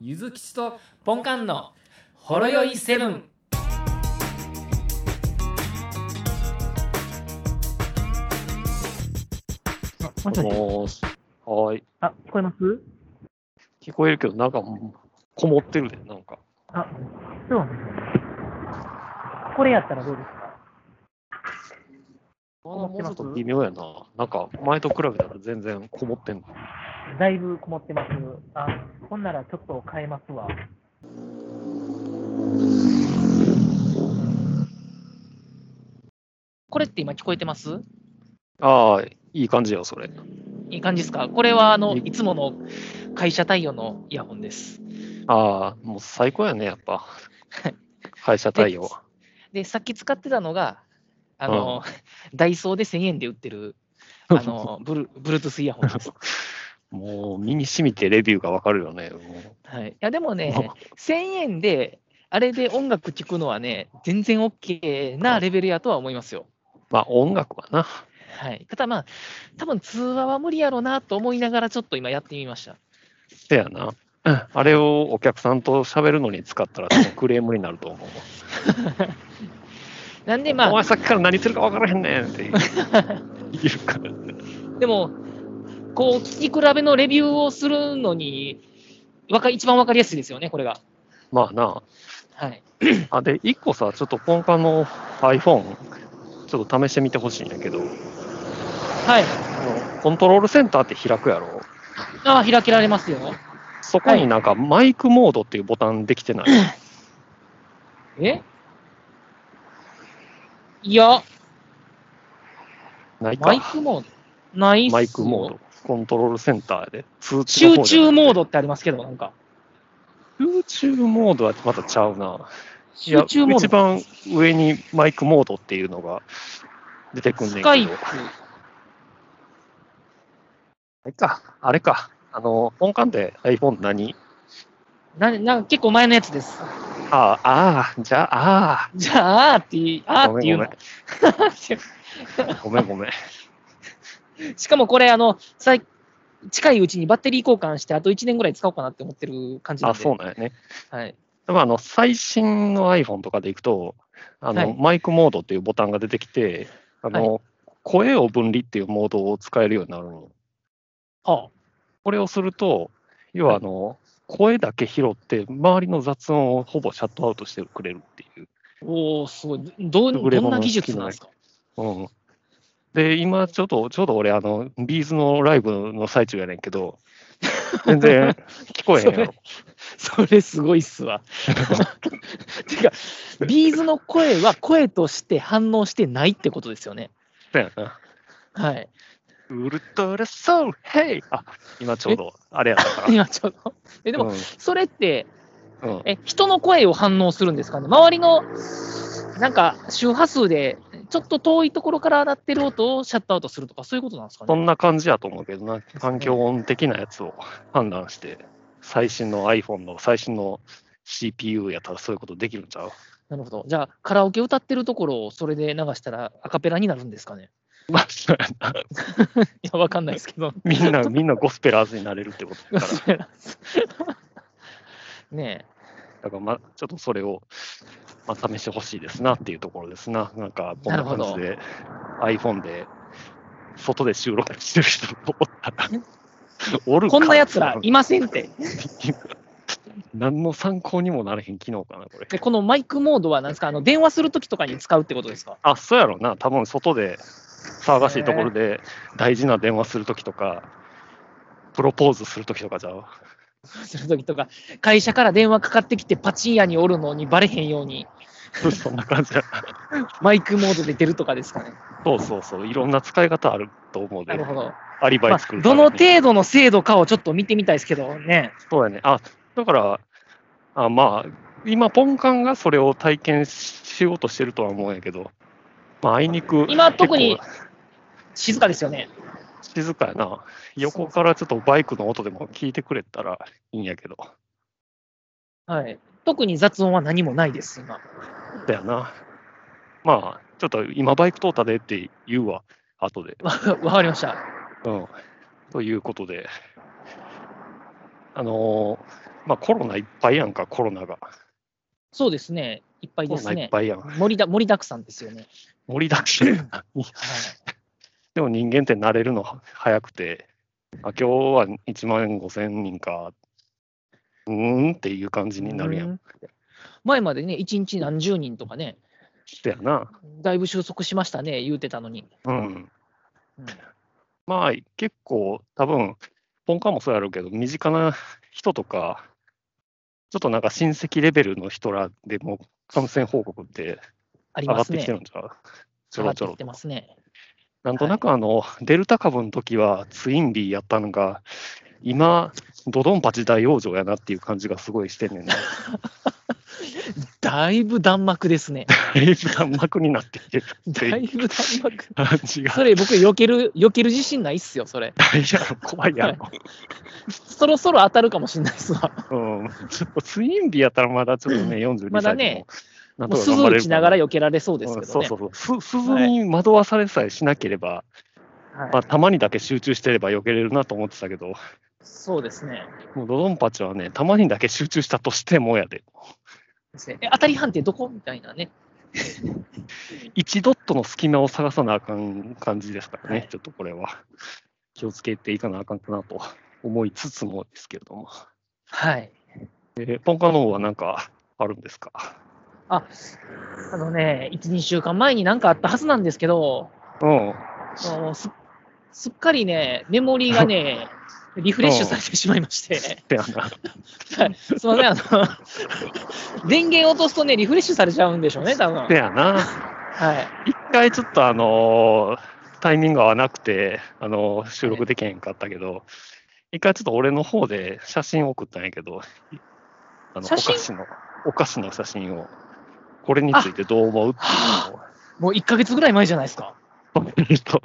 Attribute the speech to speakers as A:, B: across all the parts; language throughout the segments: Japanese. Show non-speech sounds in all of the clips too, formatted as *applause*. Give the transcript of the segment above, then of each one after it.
A: ゆずきちとポンカンのほろよいセブン。
B: もしもし
C: もーし。はーい。
B: あ、聞こえます
C: 聞こえるけど、なんか、こもってるで、なんか。
B: あ、そうなんですね。これやったらどうですか
C: まだ
B: こも
C: も
B: っ
C: う
B: て
C: ちょ
B: ま
C: っ
B: す
C: と微妙やな。なんか、前と比べたら全然こもってんの。
B: だいぶこもってます。あ、ほんならちょっと変えますわ。
D: これって今聞こえてます
C: ああ、いい感じや、それ。
D: いい感じですかこれはあの
C: い
D: いつもの会社対応のイヤホンです。
C: ああ、もう最高やね、やっ *laughs* ぱ。会社対応。
D: で、さっき使ってたのが、あの、ダイソーで1000円で売ってる、あの、ブル Bluetooth イヤホンです。
C: もう、身に染みてレビューがわかるよね。も
D: はい、いや、でもね、1000円で、あれで音楽聴くのはね、全然 OK なレベルやとは思いますよ。
C: うまあ、音楽はな。
D: はい、ただまあ、多分通話は無理やろうなと思いながら、ちょっと今やってみました。
C: せやな。うんあれをお客さんと喋るのに使ったら、多分クレームになると *laughs* 思う。
D: なんでまあ
C: お、前さっきから何するか分からへんねんって *laughs* 言う言うからね。
D: でも、こう、聞き比べのレビューをするのに、わか一番わかりやすいですよね、これが。
C: まあな。
D: はい。
C: あ、で、一個さ、ちょっとポンカンの iPhone、ちょっと試してみてほしいんやけど、
D: はい。
C: コントロールセンターって開くやろ。
D: ああ、開けられますよ。
C: そこになんかマイクモードっていうボタンできてない。
D: えいや、
C: ない
D: マイ
C: か。
D: クモード。ないっすよ
C: マイクモード。コントロールセンターで。通知
D: 集
C: の方じゃな
D: 中
C: い
D: モードってありますけど、なんか。
C: 集中モードはまたちゃうな。い
D: 集
C: や
D: 中モ
C: 一
D: ード。
C: 番上にマイクモードっていうのが出てくんねん
D: ス
C: けど。
D: カイプ。
C: あれか。あれか。あの、ポンカンで iPhone 何
D: ななんか結構前のやつです。 *laughs*
C: ああ、ああ、じゃあ、あ
D: じゃあ、あーって言い、あーって言う
C: ごめん
D: の。
C: あ、ごめんごめん。
D: *laughs* しかもこれ、あの、さい近いうちにバッテリー交換して、あと1年ぐらい使おうかなって思ってる感じなん
C: あ、
D: で。
C: そうなんやね。
D: はい。
C: でもあの最新の iPhone とかでいくと、あの
D: はい
C: マイクモードっていうボタンが出てきて、あの声を分離っていうモードを使えるようになるの。
D: は
C: これをすると、要はあの、声だけ拾って、周りの雑音をほぼシャットアウトしてくれるっていう。
D: あ、おお、すごい。ど
C: 優
D: ど
C: れもの
D: んな技術なんですか
C: うん、で、今ちょっと、ちょうど俺、あの、ビーズのライブの最中やねんけど、全 *laughs* 然聞こえへんやろ。
D: それ *laughs* すごいっすわ。てか、ビーズの声は声として反応してないってことですよね。
C: そうやな
D: はい。
C: ウルトラソウル、ヘイあ、今ちょうど、あれやったから。
D: 今ちょっと。え、でも、
C: うん
D: それって、
C: うん
D: え、人の声を反応するんですかね周りの、なんか、周波数で、ちょっと遠いところから鳴ってる音をシャットアウトするとか、そういうことなんですか
C: そ
D: ね
C: んな感じやと思うけどな、環境音的なやつを *laughs* 判断して、最新の iPhone の最新の CPU やったらそういうことできるんちゃう *laughs*
D: なるほど。じゃあ、カラオケ歌ってるところをそれで流したらアカペラになるんですかね
C: まあ、そうやない
D: や、わかんないですけど。
C: みんな、みんなゴスペラーズになれるってことだから、
D: *laughs* ね
C: だからまあ、ちょっとそれを、まあ、試してほしいですなっていうところですな。なんか、こんな感じで iPhone で、外で収録してる人おったら、お
D: え。
C: るか
D: *laughs* こんなやつらいませんって。
C: 何の参考にもなれへん機能かな、これ。
D: で、このマイクモードは何ですかあの、電話するときとかに使うってことですか
C: あ、そうやろな。多分外で騒がしいところで大事な電話するときとか、プロポーズするときとか
D: *laughs*
C: じゃう
D: するときとか、会社から電話かかってきてパチン屋におるのにバレへんように、
C: そんな感じや。
D: マイクモードで出るとかですかね。
C: そうそうそう。いろんな使い方あると思う
D: な
C: で
D: る、ほど。
C: アリバ
D: ま
C: イ作
D: あ、
C: る
D: ど
C: ために
D: の程度の精度かをちょっと見てみたいですけどね。
C: そうやね。あ、だから、あまあ、今、ポンカンがそれを体験しようとしてるとは思うんやけど、まあ、あいにく、
D: 今特に
C: 結
D: 静かですよね。
C: 構静かやな。横からちょっとバイクの音でも聞いてくれたらいいんやけど。
D: はい。特に雑音は何もないです、今。 *laughs*
C: だよな。まあ、ちょっと今バイク通ったでって言うわ、後で。
D: わわかりました。
C: うん。ということで、あのーまあコロナいっぱいやんか、コロナが。
D: そうですね。いっぱい
C: コ
D: で
C: ロ
D: す
C: ナいっ
D: ね。
C: ぱいやん。
D: 盛りだ盛りだくさんですよね。
C: 盛りだく
D: *laughs*
C: さん。
D: はい
C: でも人間って慣れるの早くて、あ今日は1万5千人か、うーんっていう感じになるやん。
D: う前までね、一日何十人とかね、
C: だよな。
D: だいぶ収束しましたね、言うてたのに。
C: うん。
D: うん
C: まあ結構多分、ポンカンもそうやろうけど、身近な人とか、 *laughs* ちょっとなんか親戚レベルの人らでも感染報告って
D: あり
C: 上が
D: ま
C: っ
D: す
C: て
D: ね
C: きて。るんちゃう、ち
D: 上
C: ょ
D: が
C: ろ
D: っ
C: ちょ
D: てき
C: ろ
D: て
C: と。
D: ますね。
C: なんとなくあの、デルタ株の時はツインビーやったのが、今、ドドンパチ大往生やなっていう感じがすごいしてんねん
D: *laughs*
C: な。
D: だいぶ弾幕です
C: *laughs*
D: ね。
C: だいぶ弾幕になってきてるって
D: だ
C: い
D: いうぶ弾幕。
C: 感じが。
D: それ僕、避ける、避ける自信ないっすよ、それ。
C: *laughs* 大事やろ、怖
D: *laughs*
C: いや
D: そろそろ当たるかもしれないっすわ。
C: ろ。うん、 *laughs* ちょっとツインビーやったらまだちょっとね、42歳でも
D: まだね、
C: なん
D: も
C: と
D: う
C: か
D: 鈴
C: 頑張
D: 打
C: れる
D: ち
C: か
D: ながら避けられそうですけ
C: うん
D: ど
C: そう
D: ね
C: そう。そう。す鈴に惑わされさえしなければ、
B: はい
C: まあ、たまにだけ集中してれば避けれるなと思ってたけど、
D: そうですね。
C: もうドドンパチはね、たまにだけ集中したとしてもやで。
D: ですねえ当たり判定どこみたいなね。
C: 1ドットの隙間を探さなあかん感じですからね、
D: はい
C: ちょっとこれは気をつけていかなあかんかなと思いつつもですけれども、
D: はい。
C: えーポンカの方は何かあるんで
D: *laughs*
C: すか
D: あのね、1、2週間前になんかあったはずなんですけど、
C: うん、
D: あのすすっかりね、メモリーが
C: *laughs*
D: ね、リフレッシュされてしまいまして、
C: てやな。
D: はい、すみません、あの、電源落とすとね、リフレッシュされちゃうんでしょうね、多分
C: てやな。
D: はい。
C: 一回ちょっとあのータイミング合わなくて、あのー収録できへんかったけど、一回ちょっと俺の方で写真送ったんやけど、あのお
D: 写
C: 菓
D: 真
C: 子の、お菓子の写真を、これについてどう思うっていうのを
D: もう1ヶ月ぐらい前じゃないですか。 *laughs*
C: そう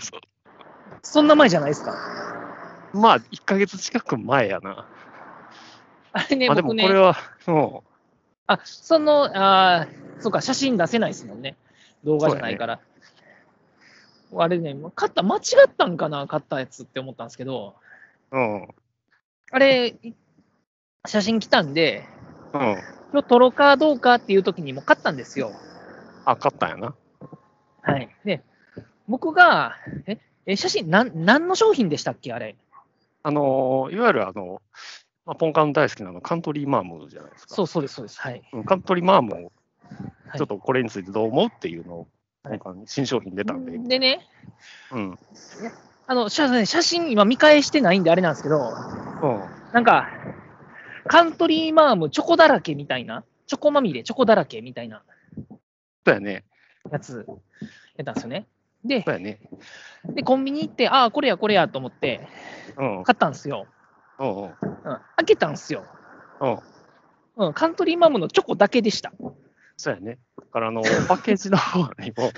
C: そう
D: そんな前じゃないですか。
C: まあ、1ヶ月近く前やな。
D: あれね、
C: まあ、でも
D: 僕
C: こ
D: ね
C: れ、は、うん、
D: あ、その、あーそうか、写真出せないですもんね。動画じゃないから。あれね、もう買った、間違ったんかな、買ったやつって思ったんですけど、
C: うん、うん。
D: あれ、い写真来たんで、これを撮ろうかどうかっていう時にもう買ったんですよ。
C: あ、勝ったんやな。
D: はい。で、僕が、え、え写真、なん、何の商品でしたっけ、あれ。
C: あのーいわゆるあの、まあ、ポンカン大好きなのカントリーマームじゃないですか。
D: そうそうです、そうです。はい。
C: うんカントリーマームを、
D: はい
C: ちょっとこれについてどう思うっていうのを、
D: はい
C: ポンカンに新商品出たんで、
D: でね、
C: うん。
D: あの、写写真、今見返してないんであれなんですけど、
C: うん。
D: なんか、カントリーマームチョコだらけみたいな、チョコまみれ、チョコだらけみたいな
C: そうやね。
D: やつやったんですよね。で
C: そ、うやね。
D: でコンビニ行って、ああ、これやこれやと思って、
C: うん。うん
D: 買ったんですよ。
C: うん。
D: うん、開けたんですよ。
C: うん。
D: うん、カントリーマームのチョコだけでした。
C: そうやね。だから、
D: *laughs*
C: あの、パッケージの方にも、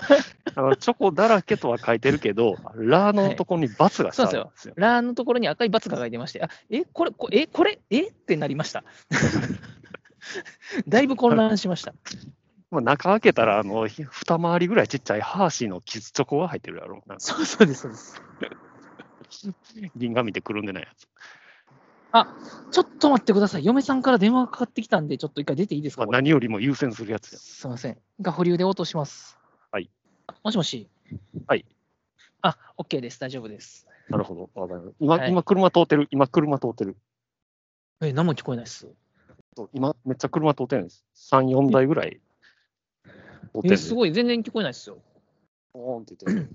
C: あのチョコだらけとは書いてるけど、ラーのとこにバツがしてあるんですよ。
D: ラーのところに赤いバツが書いてまして、あえ、これ、こえ、これ、えってなりました。 *laughs* だいぶ混乱しました。
C: まあ、中開けたら、あの、ひ二回りぐらいちっちゃいハーシーのキズチョコが入ってるやろ。なんか
D: *laughs* そうそうです、そうです。
C: 銀紙でくるんでないやつ。
D: ちょっと待ってください。嫁さんから電話がかかってきたんで、ちょっと一回出ていいです
C: ま
D: か
C: あ、何よりも優先するやつや。
D: すみません。が保留で応答します。
C: はい。
D: もしもし。
C: はい。
D: あ、OK です。大丈夫です。
C: なるほど。わかりました今、
D: はい
C: 今車通ってる。今、車通ってる。
D: え、何も聞こえないっす。
C: そう今、めっちゃ車通ってるんです。3、4台ぐらい通ってるん
D: え、
C: です
D: ごい。全然聞こえないっすよ。
C: ポーンって言ってる。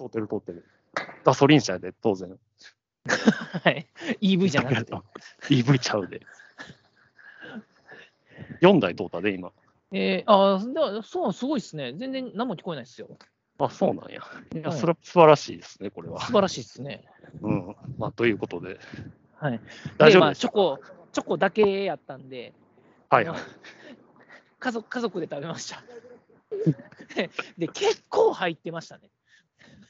C: 通ってる、通ってる。ガソリン車やで、当然。
D: はい。EV じゃな
C: *laughs*
D: くて。
C: EV ちゃうで。4台通ったで、今。
D: えー、あーではそう、すごいっすね。全然何も聞こえないっすよ。
C: あ、そうなんや。いや、
D: はい
C: それは素晴らしいですね、これは。
D: 素晴らしいっすね。
C: うん。まあ、ということで、
D: はい。
C: 大
D: で、
C: 丈
D: ま
C: 夫
D: あ、
C: です
D: チョコ、チョコだけやったんで、
C: はい
D: あの
C: はい。
D: *laughs* 家族、家族で食べました。 *laughs* で、結構入ってましたね。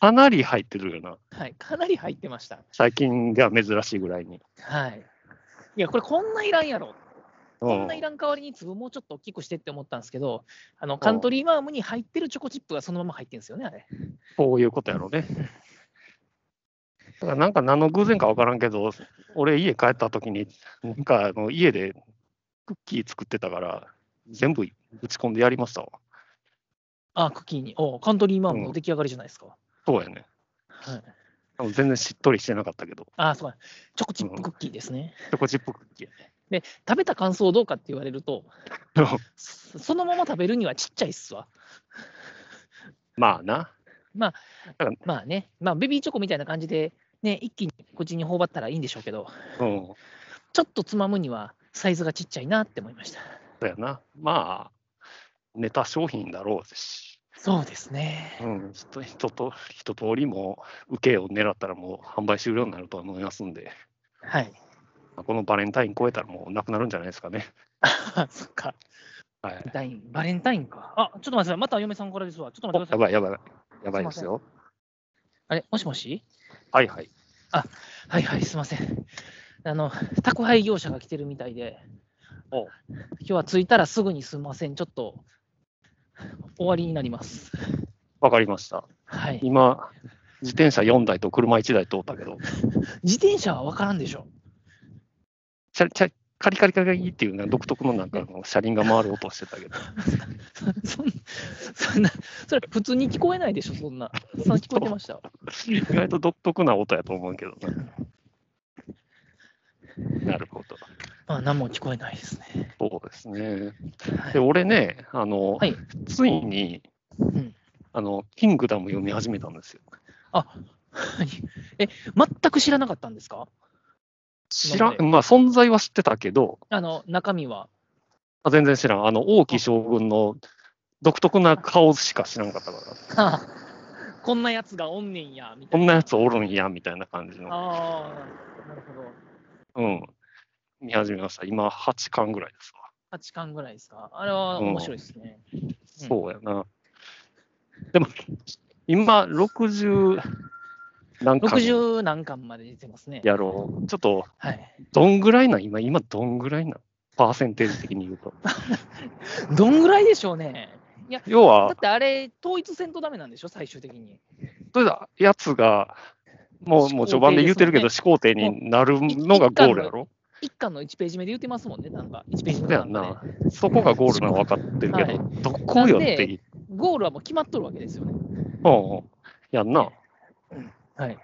C: かなり入ってるよな。
D: はい。かなり入ってました。
C: 最近では珍しいぐらいに。
D: はい。いや、これこんないらんやろ。
C: う
D: こんない
C: ん。
D: らん代わりに粒もうちょっと大きくしてって思ったんですけど、あのカントリーマームに入ってるチョコチップがそのまま入ってるんですよね、あれ。
C: こういうことやろうね。だからなんか何の偶然か分からんけど、俺家帰った時に、なんかあの家でクッキー作ってたから、全部ぶち込んでやりましたわ。
D: あ、クッキーに。おカントリーマームの出来上がりじゃないですか。
C: そうやね。
D: はい、
C: あの全然しっとりしてなかったけど、
D: あ、そうか。チョコチップクッキーですね。
C: チョコチップクッキー
D: 食べた感想どうかって言われると、
C: やね。 *laughs*
D: そそのまま食べるにはちっちゃいっすわ。
C: まあな。
D: まあね、まあ、ベビーチョコみたいな感じで、ね、一気に口に頬張ったらいいんでしょうけど、
C: うん。
D: ちょっとつまむにはサイズがちっちゃいなって思いました。
C: そうやな。まあ、ネタ商品だろうし、
D: そうですね。
C: うん、ちょっと人と、一通りもう受けを狙ったらもう販売終了になるとは思いますんで、
D: はい。
C: まあこのバレンタイン超えたらもうなくなるんじゃないですかね。
D: あ、そっか。バ
C: は
D: レ
C: い
D: ン。タイン、バレンタインか。あ、ちょっと待ってください。また嫁さんからですわ。ちょっと待ってく
C: や
D: ださい。
C: ばいやばい。やばいですよ。
D: あれ、もしもし
C: はいはい。
D: はいはい、すいません。あの、宅配業者が来てるみたいで、
C: おう
D: 今日は着いたらすぐにすいません。ちょっと、終わりになります。
C: わかりました。
D: はい。
C: 今、自転車4台と車1台通ったけど、
D: 自転車は分からんでしょ。 *laughs*
C: チャリチャリカリカリカリっていうね、独特のなんかあの車輪が回る音してたけど、
D: *laughs* そそんそんな、それ普通に聞こえないでしょ、そんな。そんな聞こえてま
C: *laughs*
D: した。
C: 意外と独特な音やと思うけどねなるほど。
D: まあ、何も聞こえないですね。
C: そうですね。
D: は
C: で、
D: い、
C: 俺ね、あの、
D: はい
C: ついに、
D: うん
C: あの、キングダム読み始めたんですよ。
D: *laughs* え、全く知らなかったんですか
C: 知らん、まあ、存在は知ってたけど、
D: あの、中身
C: *laughs*
D: は。
C: あ全然知らん。あの、王毅将軍の独特な顔しか知らんかったから、
D: あこんなやつがおんねんや、みた
C: こ
D: いな。
C: んなやつおるんや、みたいな感じの、
D: ああ、なるほど。
C: うん、見始めました。今、8巻ぐらいですわ。
D: 8巻ぐらいですか。あれは面白いですね。うん
C: そうやな。でも、今、60何巻
D: 60何巻まで出てますね。
C: やろう。ちょっと、
D: はい。 *laughs*
C: どんぐらいなん今、今、どんぐらいなんパーセンテージ的に言うと。
D: どんぐらいでしょうね。
C: 要
D: だ
C: は
D: っ、てあれ、統一戦とダメなんでしょ、最終的に。
C: とりあえずやつが、もう、もう序盤で言ってるけど、始皇帝になるのがゴールやろ
D: 1巻の1ページ目で言ってますもんね、なんか。1ページ
C: そ
D: 目
C: うや
D: の
C: ん
D: なん
C: な
D: かね。。
C: そこがゴールなの分かってるけど、
D: はい
C: どこよって言
D: ゴールはもう決まっとるわけですよね。
C: うんうん。やんな。
D: はい。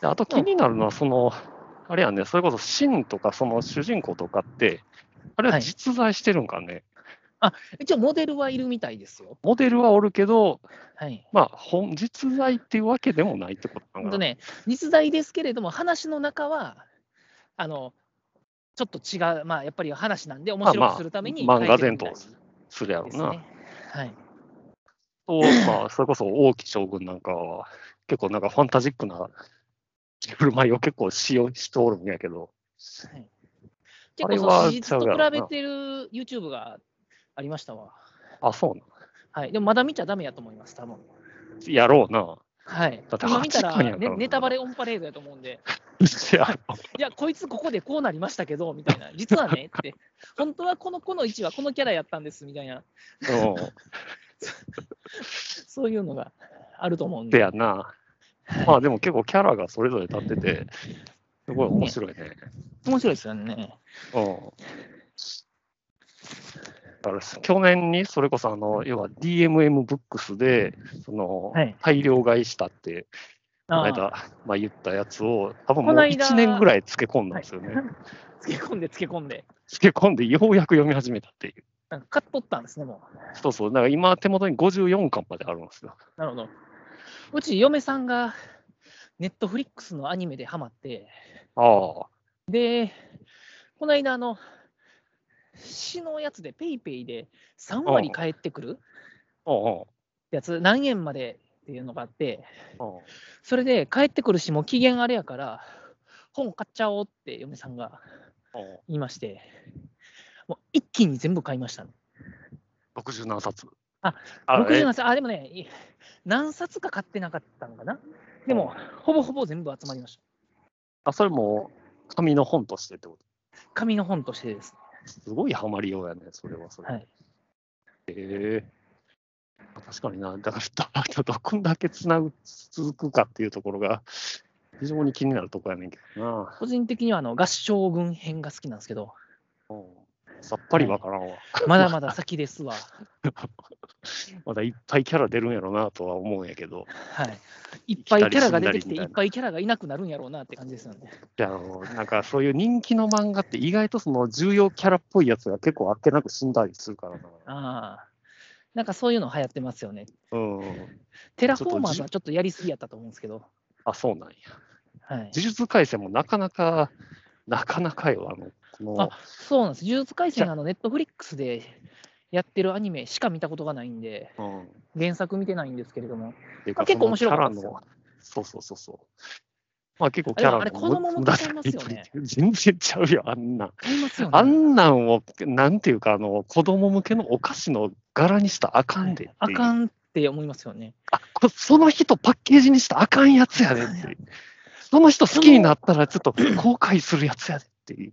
C: であと気になるのは、その、あれやね、それこそ、シンとか、その主人公とかって、あれは実在してるんかね。
D: 一応、モデルはいるみたいですよ。
C: モデルはおるけど、
D: はい。
C: まあ、本実在っていうわけでもないってこと
D: ほ
C: なん
D: ん
C: か
D: と
C: な。
D: ね、実在ですけれども、話の中は、あの、ちょっと違う、まあ、やっぱり話なんで、面白くするために、
C: まあまあ
D: 書いてるみたい
C: 漫画するやろ
D: で
C: う
D: す
C: な。
D: ね。はい。
C: と、まあ、 *laughs* それこそ王毅将軍なんかは、結構なんかファンタジックな振る舞いを結構しようしておるんやけど、
D: 結
C: あれ
D: 構
C: は
D: その史実
C: ちゃう
D: と
C: やろな
D: 比べてる YouTube がありましたわ。
C: あ、そうな
D: はい。でもまだ見ちゃダメやと思います、多分。
C: ん。やろ
D: *laughs*
C: うな。
D: はい
C: だっ。て
D: 今見た
C: 8巻や
D: ら、
C: から
D: ね、
C: な
D: ネタバレオンパレードやと思うんで、 *laughs*
C: やろ
D: いや、こいつここでこうなりましたけど、みたい
C: *laughs*
D: な。実はね、って。本当はこの子の位置はこのキャラやったんです、みたいな。
C: う。うん。
D: そういうのがあると思うん
C: で
D: で。
C: やな。
D: *laughs*
C: まあ、でも結構キャラがそれぞれ立ってて、すごい面白いね。
D: 面白いですよね。
C: うん。だから去年にそれこそあの要は DMM ブックスでその
D: はい
C: 大量買いしたってこの
D: あ
C: 間
D: あ
C: まあ言ったやつを多分も
D: こ
C: う
D: の間
C: 1年ぐらい漬け込んだんですよね。
D: つけ込んでつけ込んで。
C: 漬け込んでようやく読み始めたっていう。
D: なんか買っとったんですね、も
C: そうそう。だから今手元に54巻まであるんですよ。
D: う。なるほど。うち嫁さんが、ネットフリックスのアニメでハマって、
C: ああ。
D: で、この間、あの、市のやつで、ペイペイで3割返ってくる
C: うん
D: やつ、何円までっていうのがあって、
C: うんうん。
D: それで返ってくるし、もう期限あれやから、本買っちゃおうって嫁さんが
C: う
D: 言いまして、もう一気に全部買いましたね。
C: ん、60何冊。
D: あ、
C: あえ
D: 67冊、あ、でもね、い何冊か買ってなかったんかな。でも、ほぼほぼ全部集まりました。
C: あそれも紙の本としてってこ
D: 紙の本としてですね。
C: と。すごいハマりようやね、それはそれ。
D: はい。
C: ええ確かにな、だから、だだどこんだけつなぐ続くかっていうところが、非常に気になるとこやねんけどな。
D: 個人的にはあの合唱軍編が好きなんですけ
C: *laughs*
D: ど、
C: うんさっぱりわからんわ。
D: まだまだ先ですわ。
C: まだいっぱいキャラ出るんやろなとは思うんやけど、
D: はい。いっぱいキャラが出てきて、いっぱいキャラがいなくなるんやろうなって感じですよね。
C: であのなんかそういう人気の漫画って意外とその重要キャラっぽいやつが結構あっけなく死んだりするからな。
D: ああ。なんかそういうの流行ってますよね。
C: うん。
D: テラフォーマーズはちょっとやりすぎやったと思うんですけど、
C: あ、そうなんや。
D: はい。
C: 呪術廻戦もなかなか、なかなかよ、あの、この、
D: あそうなんです。呪術廻戦、あの、ネットフリックスでやってるアニメしか見たことがないんで、
C: うん。
D: 原作見てないんですけれども、
C: っていう
D: まあ結構
C: その
D: 面白かった
C: キ
D: で
C: ャ
D: す
C: ラ
D: よ
C: の。そうそうそうそう。まあ結構キャラ
D: あれ子供も使いますよね
C: 無駄なやりとり全然ちゃうよ、あんなん。
D: ありますよね。
C: あんなんを、なんていうか、あの、子供向けのお菓子の柄にしたらあかんでっていう。
D: あかんって思いますよね。
C: あこその人パッケージにしたらあかんやつやでっていう。その人好きになったらちょ
D: *clears throat*
C: っと後悔するやつやでっていう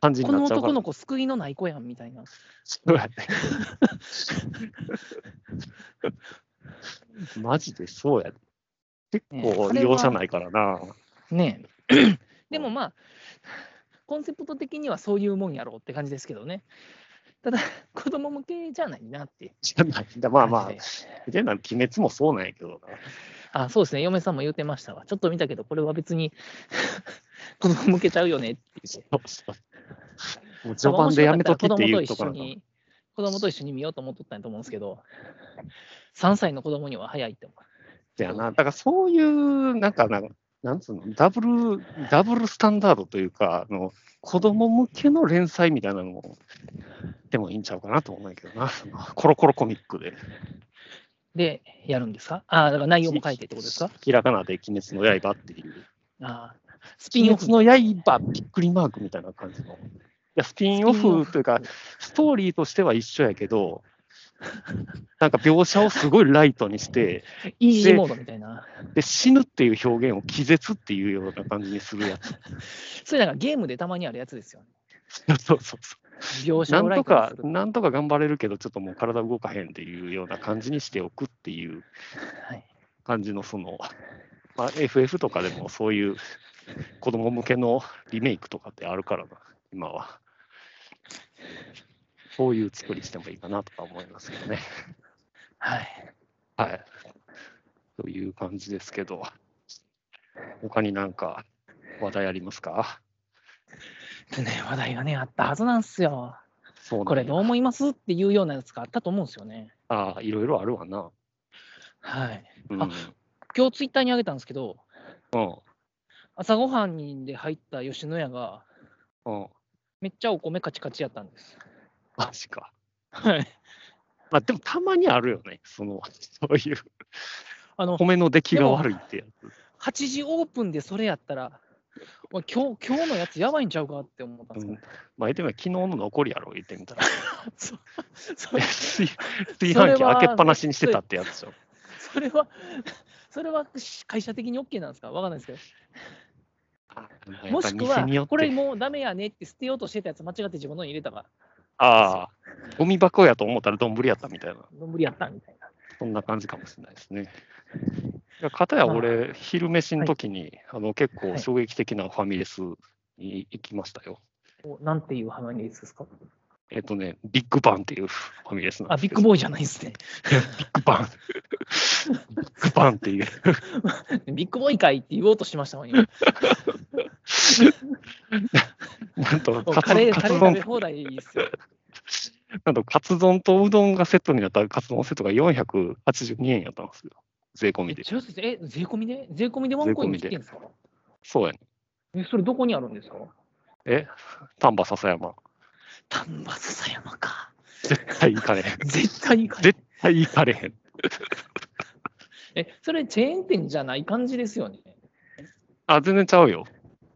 C: 感じに
D: こ
C: な
D: の
C: っちゃうか
D: 男
C: ら。
D: の子救いのない子やんみたいな。
C: そうやね *laughs* マジでそうやで。結構
D: ね
C: 容赦ないからな。
D: ねえ。でもまあ、コンセプト的にはそういうもんやろうって感じですけどね。ただ、子供向けじゃないなって。
C: じゃないんだ。まあま
D: 感
C: あ
D: じ、
C: でな鬼滅もそうなんやけど
D: あ、そうですね。嫁さんも言ってましたわ。ちょっと見たけど、これは別に *laughs* 子供向けちゃうよねって言って。
C: な。もう序盤でやめときっていうとこ
D: 子供
C: ろ
D: と一緒に子供と一緒に見ようと思っとったんやと思うんですけど、3歳の子供には早いって思う。
C: だよな。だからそういう、なんかな、なんつうの、ダブル、ダブルスタンダードというか、あの子供向けの連載みたいなのも、でもいいんちゃうかなと思うんやけどな。そのコロコロコミックで。
D: で、やるんですかあ、だから内容も書いてってことですか
C: ひらがなで鬼滅の刃っていう。
D: あースピ
C: 鬼
D: ンオフ
C: 滅の刃びっくりマークみたいな感じの。いや、スピンオフというか、ストーリーとしては一緒やけど、なんか描写をすごいライトにして、
D: イージーモードみたいな。
C: で死ぬっていう表現を気絶っていうような感じにするや *laughs* つ。
D: それなんかゲームでたまにあるやつですよね。
C: そうそうそう。
D: 描写
C: な
D: を
C: ん
D: ラ
C: と
D: イトに
C: か
D: す、る
C: なんとか頑張れるけど、ちょっともう体動かへんっていうような感じにしておくっていう
D: はい
C: 感じの、その、まあ、FF とかでもそういう子供向けのリメイクとかってあるからな、今は。そういう作りしてもいいかなとか思いますけどね。
D: はい。
C: はい。という感じですけど、他になんか話題ありますか
D: でね、話題がね、あったはずなんですよ。
C: そう
D: これ
C: の
D: どう思いますっていうようなやつがあったと思うんですよね。
C: ああ、いろいろあるわな。
D: はい。
C: うん。
D: あ今日ツイッターにあげたんですけど、
C: うん。
D: 朝ごはんにで入った吉野家が、
C: うん。
D: めっちゃお米カチカチやったんです。
C: マジか。
D: はい。
C: まあでもたまにあるよね。その、 *laughs* そういう
D: あの、
C: 米の出来が悪いってやつ。
D: 8時オープンでそれやったら、おい今日今日のやつやばいんちゃうかって思ったんです
C: う
D: け
C: ん
D: ど、、
C: まあ言ってみれば昨日の残りやろ、言ってみたら。
D: *laughs* そそれ
C: 炊炊飯器開けっぱなしにしてたってやつじゃん。
D: それは、それは会社的に OK なんですかわかんないですけど。
C: あ
D: もしく
C: やっぱ店によっ
D: は、
C: て
D: これもうダメやねって捨てようとしてたやつ間違って自分のに入れたか、
C: ああ、ゴミ箱やと思ったら丼やったみたいな、
D: どんぶりやったみたいな。
C: そんな感じかもしれないですね。いや片や俺、昼飯の時に、あの結構衝撃的なファミレスに行きましたよ。
D: おなんていうハマリーズですか
C: えっとね、ビッグバンっていうファミレスなん
D: あ、
C: です
D: ビ
C: け
D: ッ
C: ど
D: グボーイじゃないですね。
C: ビッグバン。ビッグバンっていう。
D: *laughs* ビッグボーイ会って言おうとしましたもん、
C: *laughs*
D: 今。
C: なんと
D: お
C: カツ
D: カレー、カレー
C: カツ
D: 食べ
C: 丼、
D: 放題ですよ。
C: なんとカツ丼とうどんがセットになったカツ丼セットが482円やったんですよ。税込み
D: え、
C: で。
D: ちょっとえ税込みで税込みでワンコイン切ってんですか
C: そうやね。
D: え、それどこにあるんですか
C: え丹波篠山。
D: 丹波篠山か。
C: 絶対行かれへん。
D: 絶対に行かない
C: 絶対行かれへん。
D: え、それチェーン店じゃない感じですよね。
C: あ、全然ちゃうよ。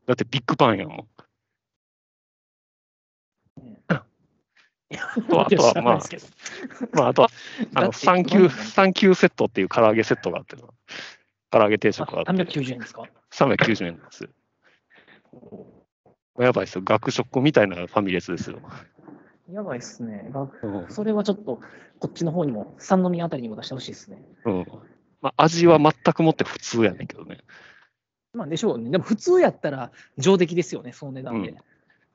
C: だってビッグバンやもん。とはあとはま
D: *laughs*
C: あ
D: 知らないです
C: まあ、あとは、
D: けど
C: あ
D: だっ
C: の、
D: て
C: サンキュー、サンキューセットっていう唐揚げセットがあってな。唐揚げ定食があ
D: あ
C: って、
D: 390円ですか
C: 390円なんですよ。やばいですよ。学食みたいなファミレスですよ。
D: やばいっすね。
C: うん
D: それはちょっと、こっちの方にも、三宮あたりにも出してほしいですね。
C: うん。まあ、味は全くもって普通やねんけどね。
D: まあでしょうね。でも普通やったら上出来ですよね、その値段で。
C: うん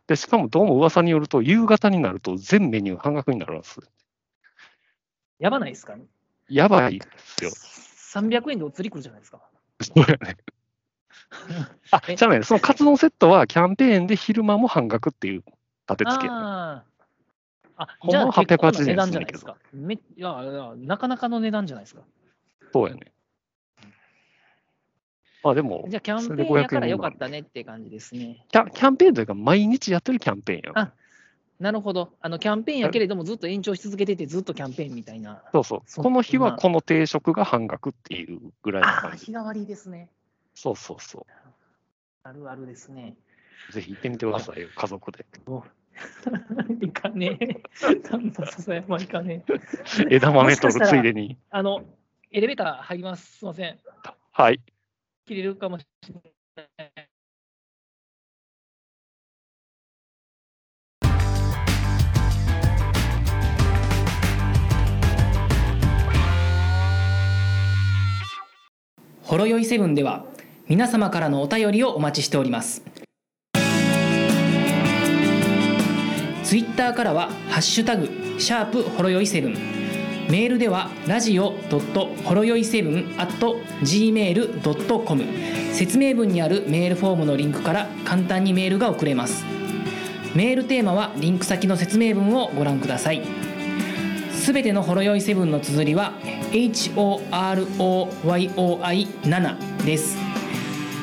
C: で、しかもどうも噂によると、夕方になると全メニュー半額になるんです。
D: やばないですか、ね、
C: やばいですよ。
D: ?300 円でお釣り来るじゃないですか。
C: そうやね。あ、
D: え
C: じゃあね、そのカツ丼セットはキャンペーンで昼間も半額っていう立て付け。
D: あーあ、
C: ほん
D: じゃ
C: ま
D: あ
C: は
D: 結構な
C: 880
D: 値段じゃないですか。めいやいや、なかなかの値段じゃないですか。
C: そうやね。まあでも
D: じゃあキャン
C: そ
D: ペ
C: れで
D: ーンやから
C: 500円
D: よかったねって感じですね。
C: キャ、キャンペーンというか、毎日やってるキャンペーンやん
D: あなるほど。あのキャンペーンやけれどもずっと延長し続けててずっとキャンペーンみたいな。
C: そうそう。
D: そ
C: この日
D: そん
C: は
D: な
C: この定食が半額っていうぐらいの
D: ああ、
C: 感じ。
D: 日替わりですね。
C: そうそうそ
D: あるあるですね。
C: う。ぜひ行ってみてくださいよ、家族
D: *laughs*
C: で。
D: いかね
C: *laughs*
D: え。丹波笹山いかねえ。
C: 枝豆取
D: もしか
C: る
D: した
C: つ
D: ら
C: いでに。
D: あの、エレベーター入ります。すいません。
C: はい。
D: 切れるかもしれない。
A: ほろよいセブンでは皆様からのお便りをお待ちしておりますツイッターからは「ハッシュタグシャープほろよいセブン」メールではラジオドットほろよいセブン at gmail.com 説明文にあるメールフォームのリンクから簡単にメールが送れますメールテーマはリンク先の説明文をご覧くださいすべてのほろ酔いセブンの綴りは HOROYOI7 です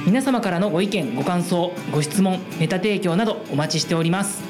A: 皆様からのご意見ご感想ご質問ネタ提供などお待ちしております